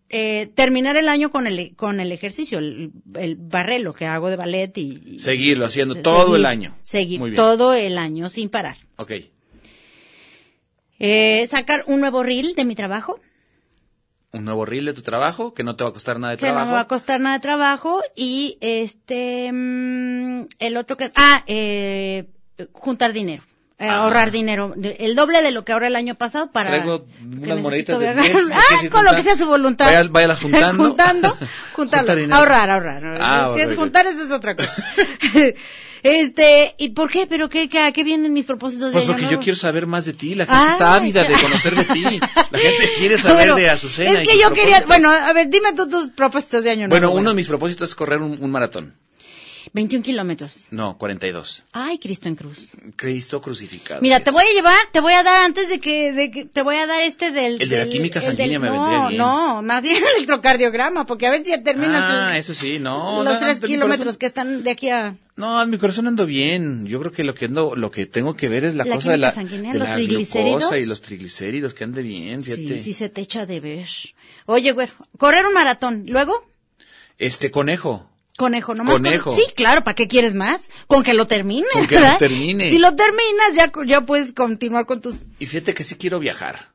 eh, terminar el año con el, con el ejercicio, el, el barrelo que hago de ballet y... y
Seguirlo haciendo todo
seguir-
el año. Muy
Seguir
bien.
todo el año sin parar.
Ok.
Eh, sacar un nuevo reel de mi trabajo,
Un nuevo reel de tu trabajo que no te va a costar nada de
que no
trabajo.
me va a costar nada de trabajo y este mm, el otro que ah eh, juntar dinero eh,
Ah.
ahorrar dinero de- el doble de lo que ahorré el año pasado para
Traigo
que
unas
necesito
moneditas de
viajar.
10.
*laughs*
¿me
Ah,
quieres ir
con lo
juntar?
que sea su voluntad
Vaya-
*laughs*
váyalas juntando. *laughs*
juntando juntarlo.
Juntar dinero.
ahorrar ahorrar ahorrar.
Ah,
si es
ok, ok.
juntar esa es otra cosa *laughs* este y por qué pero qué qué, a qué vienen mis
Pues
propósitos de año
porque yo
nuevo?
quiero saber más de ti. La gente
Ah,
está ávida de
claro.
conocer de ti. *laughs* La
*laughs*
gente quiere saber
Bueno,
de Azucena. y
es que
sus
yo quería
propósitos.
bueno a ver dime tú tus propósitos de año
Bueno,
nuevo
uno de mis propósitos es correr un, un maratón.
21 kilómetros
No, 42.
ay Cristo en cruz
Cristo crucificado. Este,
Mira, te voy a llevar, te voy a dar antes de que, de que- te voy a dar este del...
El de la
del-
química
el del-
sanguínea me
no,
vendría bien.
No, más bien el electrocardiograma, porque a ver si ya terminas
Ah,
el-
eso sí, no.
los
no,
tres
mi
kilómetros
corazón-
que están de aquí a...
No, mi corazón ando bien. Yo creo que lo que ando, lo que tengo que ver es la,
La
cosa de la,
química sanguínea,
de
los
la
triglicéridos.
glucosa y los triglicéridos, que ande bien, fíjate.
Sí, sí se te echa de ver. Oye, güero, correr un maratón, luego
Este conejo.
conejo, nomás. con-
Conejo.
sí, claro, ¿para qué quieres más? Con que lo termines,
Con que lo
¿verdad?
termine.
Si lo terminas, ya, ya puedes continuar con tus...
Y fíjate que sí quiero viajar.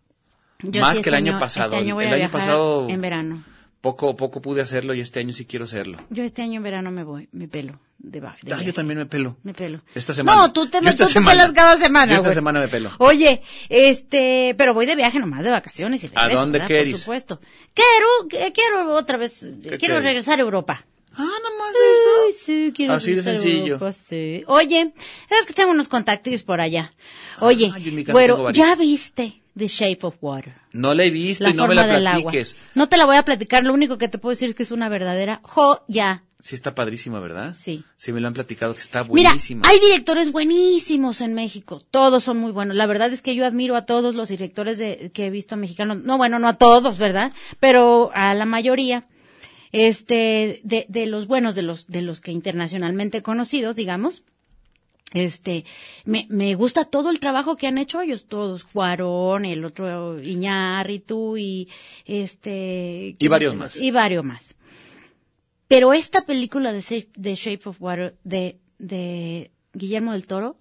Yo
Más
sí,
que
este
el año
este
pasado.
año voy
El
a
año
viajar
pasado-
En verano.
Poco, poco pude hacerlo y este año sí quiero hacerlo.
Yo este año en verano me voy, me pelo. De, ba- de
Ah, yo
viaje.
también me pelo.
Me pelo.
Esta semana.
No, tú te,
Yo
me-
esta
tú te
semana.
pelas cada semana,
Yo esta
güey.
semana me pelo.
Oye, este, pero voy de viaje nomás, de vacaciones y regreso,
dónde
¿verdad?
queris?
Por supuesto. Quiero, eh, quiero otra vez, eh, quiero
queris?
regresar a Europa. Ah, nomás
eso.
Sí, quiero
Así de
visitar
sencillo.
Europa, sí. Oye, es que tengo unos contactos por allá. Oye,
Ay, Ah, yo en mi casa tengo
bueno,
varios.
ya viste The Shape of Water.
No la he visto
La
y no me
forma
la
del agua.
platiques.
No te la voy a platicar, lo único que te puedo decir es que es una verdadera joya.
Sí está padrísima, ¿verdad?
Sí.
Sí me lo han platicado que está
Mira,
buenísima.
hay directores buenísimos en México. Todos son muy buenos. La verdad es que yo admiro a todos los directores de- que he visto mexicanos. No, bueno, no a todos, ¿verdad? Pero a la mayoría. Este, de, de los buenos, de los, de los que internacionalmente conocidos, digamos. Este, me, me gusta todo el trabajo que han hecho ellos todos. Juarón, el otro Iñárritu y este.
Y varios más.
Y varios más. Pero esta película de, Sa- de Shape of Water de, de Guillermo del Toro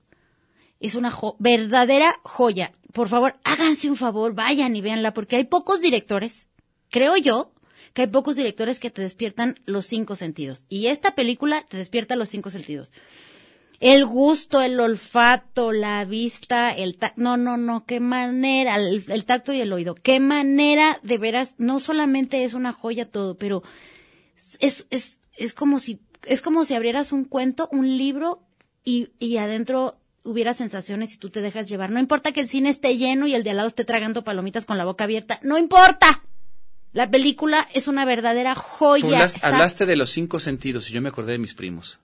es una jo- verdadera joya. Por favor, háganse un favor, vayan y véanla, porque hay pocos directores, creo yo, que hay pocos directores que te despiertan los cinco sentidos. Y esta película te despierta los cinco sentidos. El gusto, el olfato, la vista, el tacto. No, no, no, qué manera, el, el tacto y el oído. Qué manera, de veras, no solamente es una joya todo, pero es, es, es como si, es como si abrieras un cuento, un libro y, y adentro hubiera sensaciones y tú te dejas llevar. No importa que el cine esté lleno y el de al lado esté tragando palomitas con la boca abierta. No importa. La película es una verdadera joya.
Tú las-
Está-
hablaste de los cinco sentidos y yo me acordé de mis primos.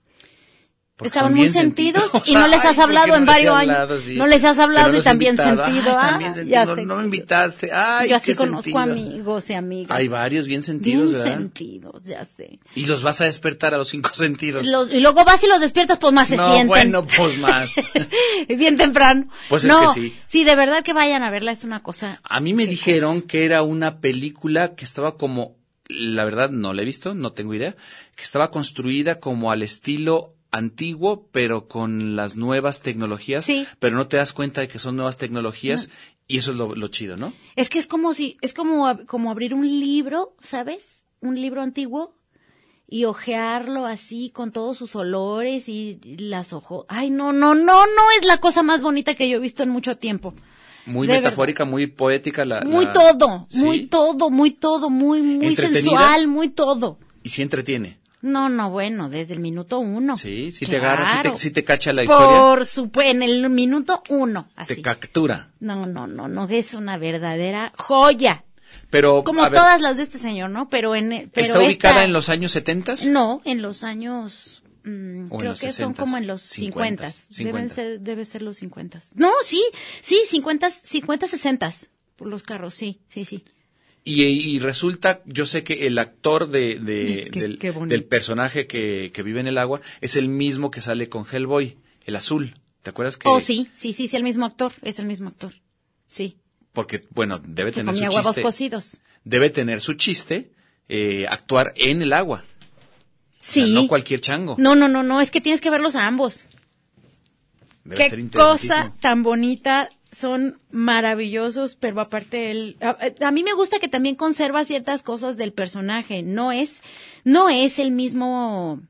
Porque
Estaban
son
muy
bien
sentidos
sentidos.
y no
*laughs*
les
Ay, ¿por
has
qué
hablado
no
en
les he
varios
hablado?
años.
Sí.
No les has
Que no
hablado y
los he
también
invitado. Ay,
sentido. ah,
también sentido.
ya
No,
sé.
no me invitaste. Ay,
Yo así
qué
conozco
sentido.
amigos y amigas.
Hay varios bien sentidos,
bien
¿verdad?
sentidos, ya sé.
Y los vas a despertar a los cinco sentidos.
Los- y luego vas y los despiertas, pues más se
no,
sienten.
bueno,
*laughs*
pues más.
Bien temprano.
Pues es
no,
que sí.
de verdad que vayan a verla, es una cosa.
A mí me dijeron que era una película que estaba como, la verdad no la he visto, no tengo idea, que estaba construida como al estilo antiguo, pero con las nuevas tecnologías,
Sí.
pero no te das cuenta de que son nuevas tecnologías y eso es lo, lo chido, ¿no?
Es que es como si, es como, ab- como abrir un libro, ¿sabes? Un libro antiguo y ojearlo así con todos sus olores y las ojos. Ay, no, no, no, no es la cosa más bonita que yo he visto en mucho tiempo.
Muy
De verdad.
metafórica, muy poética la...
Muy
la-
todo,
Sí.
muy todo, muy todo, muy, muy
Entretenida.
sensual, muy todo.
Y sí entretiene.
No, no, bueno, desde el minuto uno.
Sí, sí te agarra, sí te,
Claro.
sí te cacha la historia,
Por supuesto, en el minuto uno, así.
te captura.
No, no, no, no, es una verdadera joya.
Pero,
Como
a ver,
todas las de este señor, ¿no? Pero en pero
¿está ubicada
esta-
en los años setentas?
No, en los años
O
mm,
en
creo
los
que son
60s,
como en los 50.
50s.
Deben ser debe ser los 50. No, sí, sí, 50, 50, 60 por los carros, sí, sí, sí.
Y, y resulta, yo sé que el actor de, de-
Dice que-
del,
qué bonito.
del personaje que, que vive en el agua es el mismo que sale con Hellboy, el azul. ¿Te acuerdas que?
Oh, sí, sí, sí, es el mismo actor, es el mismo actor. Sí,
Porque, bueno, debe
que
tener su
comía huevos
chiste.
cocidos.
Debe tener su chiste eh, actuar en el agua.
Sí.
No cualquier chango.
No, no, no, no, es que tienes que verlos a ambos.
Debe ser
Qué cosa
interesantísimo.
tan bonita, son maravillosos, pero aparte el a, a mí me gusta que también conserva ciertas cosas del personaje, no es no es el mismo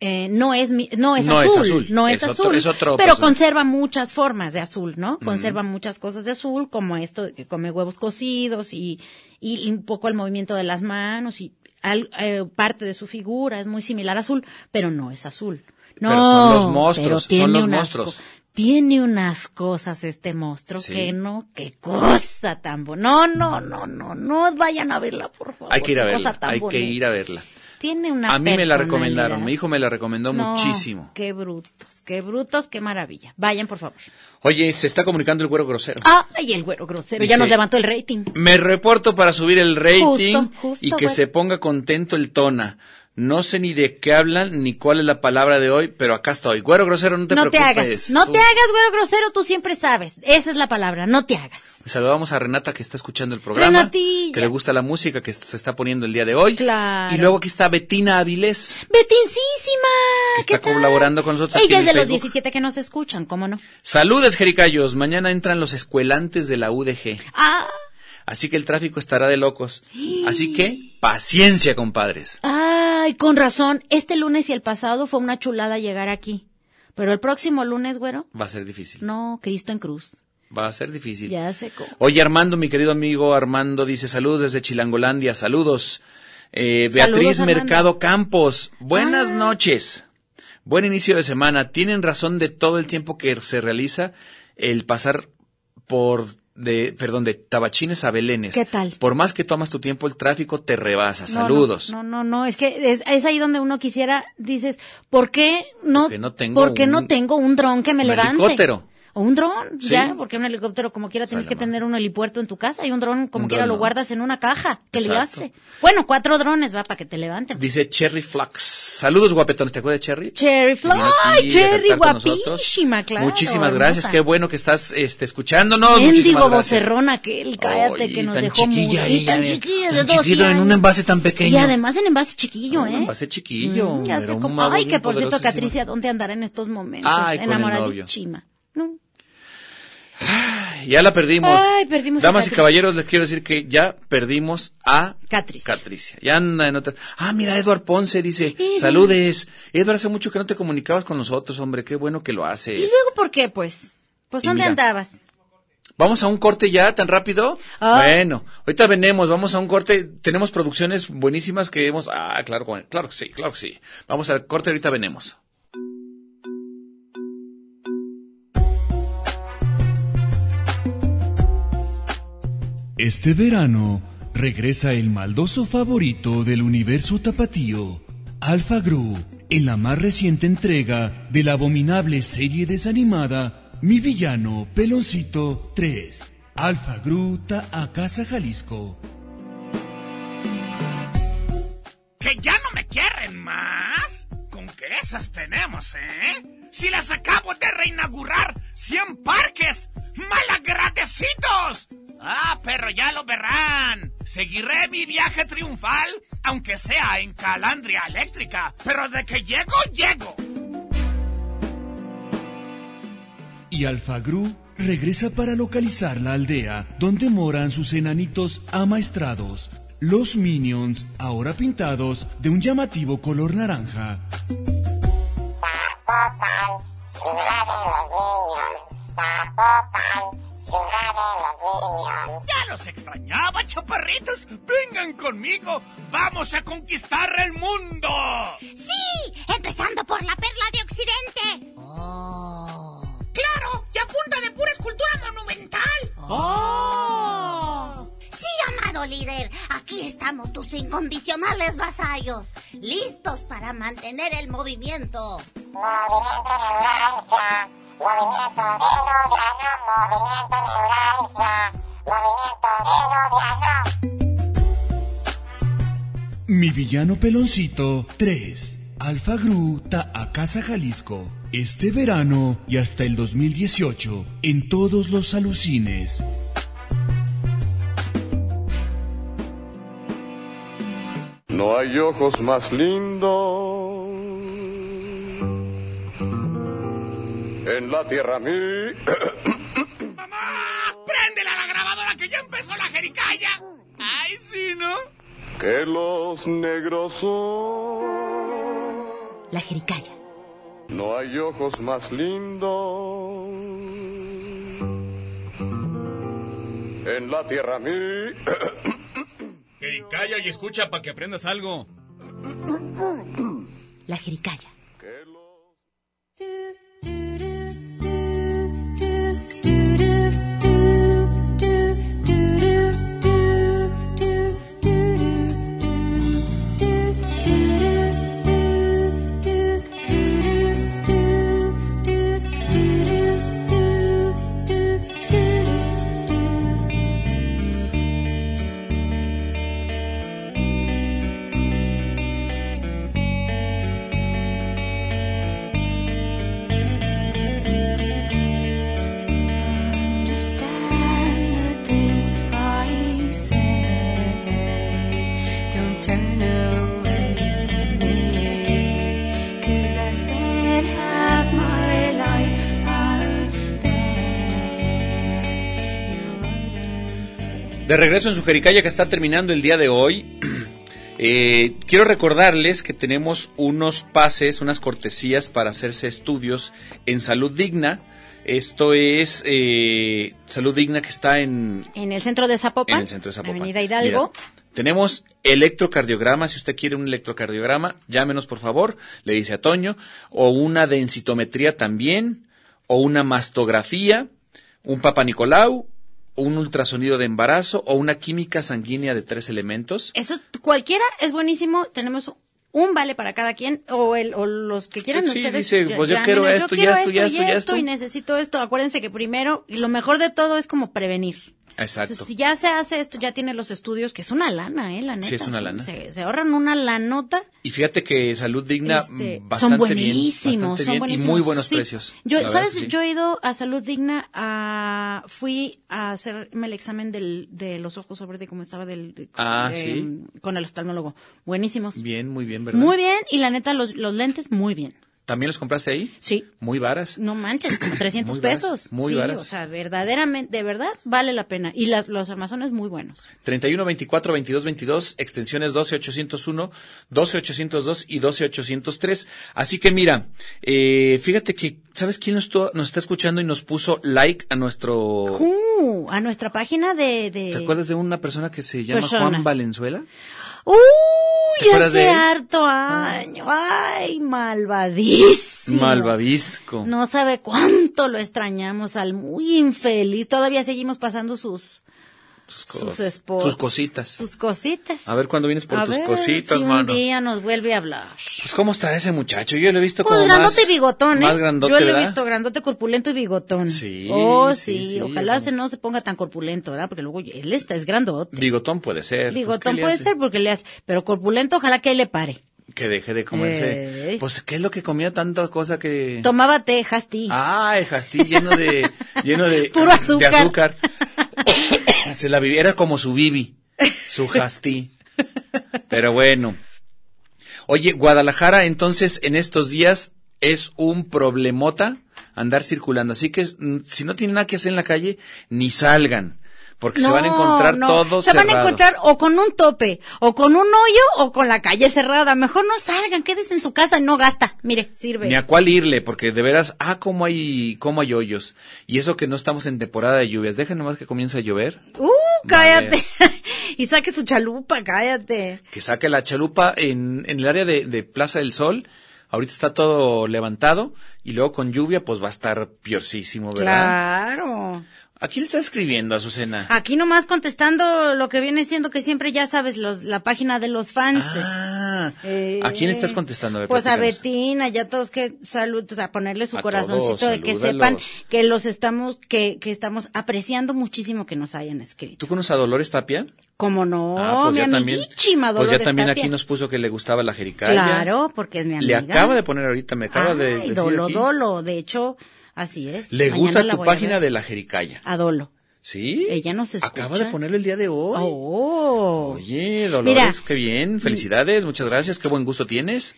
eh, no es mi- no es
No es
azul,
azul,
no es,
es otro-
azul,
es otro
pero
personaje.
conserva muchas formas de azul, ¿no?
Ujú.
Conserva muchas cosas de azul, como esto de que come huevos cocidos y, y, y un poco el movimiento de las manos y al- eh, parte de su figura es muy similar a azul, pero no es azul. No,
Pero son los
pero
monstruos, son
tiene
los
unas
monstruos.
co- tiene unas cosas este monstruo
Sí.
que no, qué cosa tan bonita. No, no, no, no, no vayan a verla, por favor.
Hay que ir a
qué cosa
verla,
tan
hay que
bonita.
ir a verla.
Tiene una
A mí me la
personalidad.
recomendaron, mi hijo me la recomendó
No,
muchísimo.
Qué brutos, qué brutos, qué maravilla. Vayan, por favor.
Oye, se está comunicando el güero grosero.
Ay, el güero grosero,
Dice-
ya nos levantó el rating.
Me reporto para subir el rating
Justo, justo,
y que
güey.
se ponga contento el tona. No sé ni de qué hablan ni cuál es la palabra de hoy, pero acá estoy. Güero grosero, no te
No te
preocupes.
hagas, no
Tú-
te hagas, güero grosero, tú siempre sabes. Esa es la palabra, no te hagas.
Saludamos a Renata que está escuchando el programa,
Renatilla.
que le gusta la música que se está poniendo el día de hoy.
Claro.
Y luego aquí está Betina Avilés,
Betincísima.
que está colaborando con nosotros aquí
Ella
en
es de los
Facebook.
17 que nos escuchan, ¿cómo no?
Saludes, Jericayos. Mañana entran los escuelantes de la UDG.
Ah,
Así que el tráfico estará de locos. Así que, paciencia, compadres.
Ay, con razón. Este lunes y el pasado fue una chulada llegar aquí. Pero el próximo lunes, güero,
Va a ser difícil.
no, Cristo en cruz.
Va a ser difícil.
Ya sé cómo.
Oye, Armando, mi querido amigo Armando, dice saludos desde Chilangolandia, saludos. Eh,
Saludos,
Beatriz
Armando. Ah.
Mercado Campos, buenas noches. Buen inicio de semana. Tienen razón de todo el tiempo que se realiza el pasar por de perdón de Tabachines a Belénes.
¿Qué tal?
Por más que tomas tu tiempo el tráfico te rebasa.
No, no,
Saludos.
No, no, no, es que es, es ahí donde uno quisiera, dices, ¿por qué no,
Porque no tengo
por qué no
un-
tengo un dron que me
un
levante?
helicóptero.
O un dron,
Sí.
ya, porque un helicóptero como quiera tienes que tener un helipuerto en tu casa y un dron como
Un
quiera
dron,
lo
no.
guardas en una caja que le
Exacto.
hace. Bueno, cuatro drones va para que te levanten.
Dice Cherry Flux. Saludos guapetones. ¿Te acuerdas de Cherry?
Cherry Fly,
Vino
ay,
aquí a
Cherry
cantar con nosotros.
guapísima, claro.
Muchísimas gracias.
hermosa.
Qué bueno que estás este, escuchándonos.
Mendigo
Muchísimas gracias.
vocerrón aquel, cállate,
Oye,
que nos
tan
dejó
chiquilla
muy...
ella,
tan
eh,
chiquilla, de
tan
12
chiquito, en un
años.
envase tan
Y
pequeño.
además en envase chiquillo,
Un
¿eh?
envase chiquillo.
Mm, ya
era
sé
un
cómo-
mago
Ay,
bien
que por cierto,
poderosísimo.
Catricia, ¿dónde andará en estos momentos?
Ay, con el novio.
Enamoradísima. No.
Ya la perdimos.
Ay, perdimos a
Damas y
Patricia.
caballeros, les quiero decir que ya perdimos a
Catricia.
Ya anda en otra. Ah, mira, Eduard Ponce dice,
Eduard.
saludes. Eduard, hace mucho que no te comunicabas con nosotros, hombre. Qué bueno que lo
¿Y
haces.
luego por qué, pues? Pues
Y
¿dónde
mira.
andabas?
¿Vamos a un corte ya tan rápido?
Ah.
Bueno, ahorita venemos, vamos a un corte. Tenemos producciones buenísimas que hemos... Ah, claro, claro que sí, claro que sí. Vamos al corte, ahorita venemos.
Este verano regresa el maldoso favorito del universo tapatío, Alfa Gru, en la más reciente entrega de la abominable serie desanimada Mi Villano Peloncito 3. Alfa Gru ta a casa Jalisco.
¿Que ya no me quieren más? ¿Con qué esas tenemos, eh? Si las acabo de reinaugurar, 100 parques, malagradecidos. Ah, pero ya lo verán. Seguiré mi viaje triunfal, aunque sea en calandria eléctrica. Pero de que llego, llego.
Y Alfa Gru regresa para localizar la aldea donde moran sus enanitos amaestrados, los minions, ahora pintados de un llamativo color naranja.
Ya los extrañaba, chaparritos. Vengan conmigo. Vamos a conquistar el mundo.
¡Sí! ¡Empezando por la perla de Occidente! ¡Claro! ¡Y a punta de pura escultura monumental!
Sí, amado líder, aquí estamos tus incondicionales vasallos, listos para mantener el movimiento.
Movimiento neuralgia, movimiento de no, movimiento neuralgia, movimiento de no,
Mi villano peloncito 3. Alfa Gru ta a Casa Jalisco. Este verano y hasta el 2018 en todos los alucines.
No hay ojos más lindos en la tierra
*coughs*
mí.
¡Préndela a la grabadora que ya empezó la jericaya! ¡Ay, sí, no!
que los negros son.
La jericaya.
No hay ojos más lindos en la tierra *coughs* mí.
Ey, calla y escucha para que aprendas algo.
La jericaya.
Understand the things I say. Don't turn away from me. 'Cause I spent half my life out
De regreso en su jericaya que está terminando el día de hoy. *clears throat* Eh, quiero recordarles que tenemos unos pases, unas cortesías para hacerse estudios en salud digna. Esto es eh, salud digna que está en,
En el centro de Zapopan.
En el centro de Zapopan.
Avenida Hidalgo.
Mira, Tenemos electrocardiograma, si usted quiere un electrocardiograma, llámenos por favor, le dice a Toño, o una densitometría también, o una mastografía, un Papa Nicolau, un ultrasonido de embarazo o una química sanguínea de tres elementos.
Eso cualquiera es buenísimo. Tenemos un vale para cada quien o el o los que quieran
Sí,
ustedes.
dice, pues, yo quiero
llámenos,
esto, ya esto, ya esto,
y
ya esto.
y necesito esto. Acuérdense que primero y lo mejor de todo es como prevenir.
Exacto.
Entonces, si ya se hace esto, ya tiene los estudios, que es una lana, ¿eh? La neta.
Sí, es una lana.
Se, se ahorran una lanota.
Y fíjate que Salud Digna
Este,
mm, bastante
son
bien,
buenísimos,
bastante
son
bien
buenísimos.
y muy buenos
Sí.
precios.
Yo,
la verdad
¿sabes?
que sí.
Yo he ido a Salud Digna, a, fui a hacerme el examen del, de los ojos sobre de cómo estaba del, de-
Ah,
de-
sí.
con el oftalmólogo. Buenísimos.
Bien, muy bien, ¿verdad?
Muy bien, y la neta, los, los lentes, muy bien.
¿También los compraste ahí?
Sí.
Muy varas.
No manches,
*coughs*
como 300
Muy varas,
pesos.
muy
sí,
varas.
o sea, verdaderamente, de verdad, vale la pena. Y las, los armazones muy buenos.
31, 24, 22, 22, extensiones 12, 801, 12, 802 y 12, 803. Así que mira, eh, fíjate que, ¿sabes quién nos, estu- nos está escuchando y nos puso like a nuestro...
Uh, a nuestra página de... de...
¿Te acuerdas de una persona que se llama
Persona.
Juan Valenzuela?
¡Uy!
¿Te acuerdas
Hace
de él?
harto año. ¡Ay, malvadísimo!
Malvavisco.
No sabe cuánto lo extrañamos al muy infeliz. Todavía seguimos pasando sus, sus
Cos-
spots,
Sus cositas.
sus cositas.
A ver cuándo vienes por
A
tus
ver
cositas,
si
mano.
un día nos vuelve a hablar.
Pues cómo está ese muchacho, yo lo he visto
Pues
como
grandote y
más,
bigotón, ¿eh?
más grandote,
Yo lo he
¿verdad?
visto grandote, corpulento y bigotón.
Sí,
Oh,
sí,
sí.
sí,
Ojalá se no se ponga tan corpulento, ¿verdad? Porque luego él está, es grandote.
Bigotón puede ser. pues, ¿qué
Bigotón
le
puede
hace?
ser porque le hace, pero corpulento ojalá que él le pare.
Que deje de comerse.
Ey.
Pues qué es lo que comía tanta cosa que
Tomaba té, Jasti.
Ah, el jastí lleno de lleno de
*laughs* Puro azúcar.
de azúcar. *coughs* Se la vivía era como su bibi, su jastí. Pero bueno. Oye, Guadalajara entonces en estos días es un problemota andar circulando, así que mm, si no tienen nada que hacer en la calle ni salgan, porque se van a
No,
encontrar
no.
todos
Se van a
cerrado.
encontrar o con un tope, o con un hoyo, o con la calle cerrada. Mejor no salgan, quédense en su casa, no gasta. Mire, sirve.
Ni a cuál irle, porque de veras, ah, cómo hay, cómo hay hoyos. Y eso que no estamos en temporada de lluvias. Deja nomás que comience a llover,
Uh, cállate. *laughs* y saque su chalupa, cállate.
que saque la chalupa en, en el área de, de Plaza del Sol. Ahorita está todo levantado y luego con lluvia pues va a estar piorcísimo, ¿verdad?
Claro. Ah,
¿A quién le está escribiendo, Azucena?
Aquí nomás contestando lo que viene siendo que siempre ya sabes los- la página de los fans.
Ah,
Eh,
¿A quién estás contestando? A ver,
Pues a
platícanos.
Betina, ya todos que salud, a ponerle su
A
corazoncito
todos,
de que
salúdalos.
sepan que los estamos, que, que estamos apreciando muchísimo que nos hayan escrito.
¿Tú conoces a Dolores Tapia?
Como no,
Ah, pues
mi
ya también-
amiguísima
Pues
Dolores
ya también
Tapia.
aquí nos puso que le gustaba la jericaya.
Claro, porque es mi
Le
amiga.
acaba de poner ahorita, me acaba de
Ay,
decir
dolo,
aquí.
dolo, de hecho, así es.
Le
Mañana
gusta
la
tu
voy a
página
ver.
de la jericaya.
A dolo.
¿Sí?
Ella nos escucha.
Acaba de ponerlo el día de hoy.
Oh.
Oye, Dolores,
Mira.
qué bien. Felicidades, muchas gracias. Qué buen gusto
*laughs*
tienes.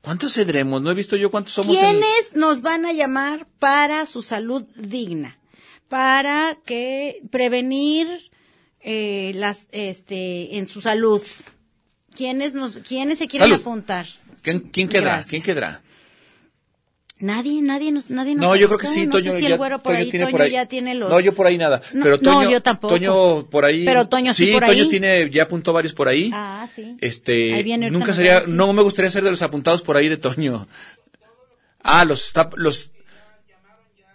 ¿Cuántos cedremos? No he visto yo cuántos somos. en-
¿Quiénes nos van a llamar para su salud digna? Para que prevenir eh, las este en su salud. ¿Quiénes nos quiénes se quieren
Salud.
apuntar?
¿Quién, quién quedará?
Gracias.
¿Quién quedará?
Nadie, nadie nos nadie nos
No, yo creo que
contestó.
sí,
No
Toño.
sé si
ya-
el güero por
Toño
ahí,
tiene
Toño
por ahí.
ya tiene los
No, yo por ahí nada.
No,
Pero
no,
Toño,
yo tampoco.
Toño por ahí.
Pero Toño sí por
Toño
ahí.
tiene, ya apuntó varios por ahí.
Ah, sí.
Este,
Ahí viene ahorita
nunca
nos va a
sería,
decir.
no me gustaría ser de los apuntados por ahí de Toño. Ah, los está, los,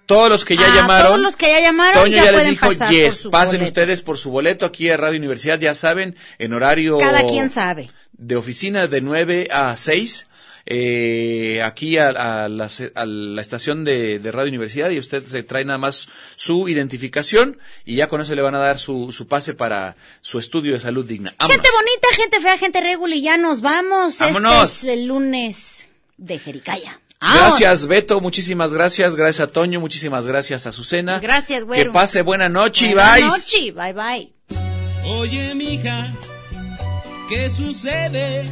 todos los que ya
Ah,
llamaron.
todos los que ya llamaron
Toño
ya,
ya, les
pueden
dijo,
pasar por
yes,
su
pasen
boleto.
ustedes por su boleto aquí a Radio Universidad, ya saben, en horario.
Cada quien sabe.
De oficina de 9 a 6. eh, aquí a, a la, se- a la estación de, de Radio Universidad y usted se trae nada más su identificación y ya con eso le van a dar su, su pase para su estudio de salud digna. Vámonos.
Gente bonita, gente fea, gente regular y ya nos vamos.
Vámonos.
Este es el lunes de Jericaya.
Gracias, Beto. Muchísimas gracias. Gracias a Toño. Muchísimas gracias a Azucena.
Gracias,
Que
güero.
pase buena noche y
Buenas
bye.
noches, bye bye.
Oye, mija, ¿qué sucede?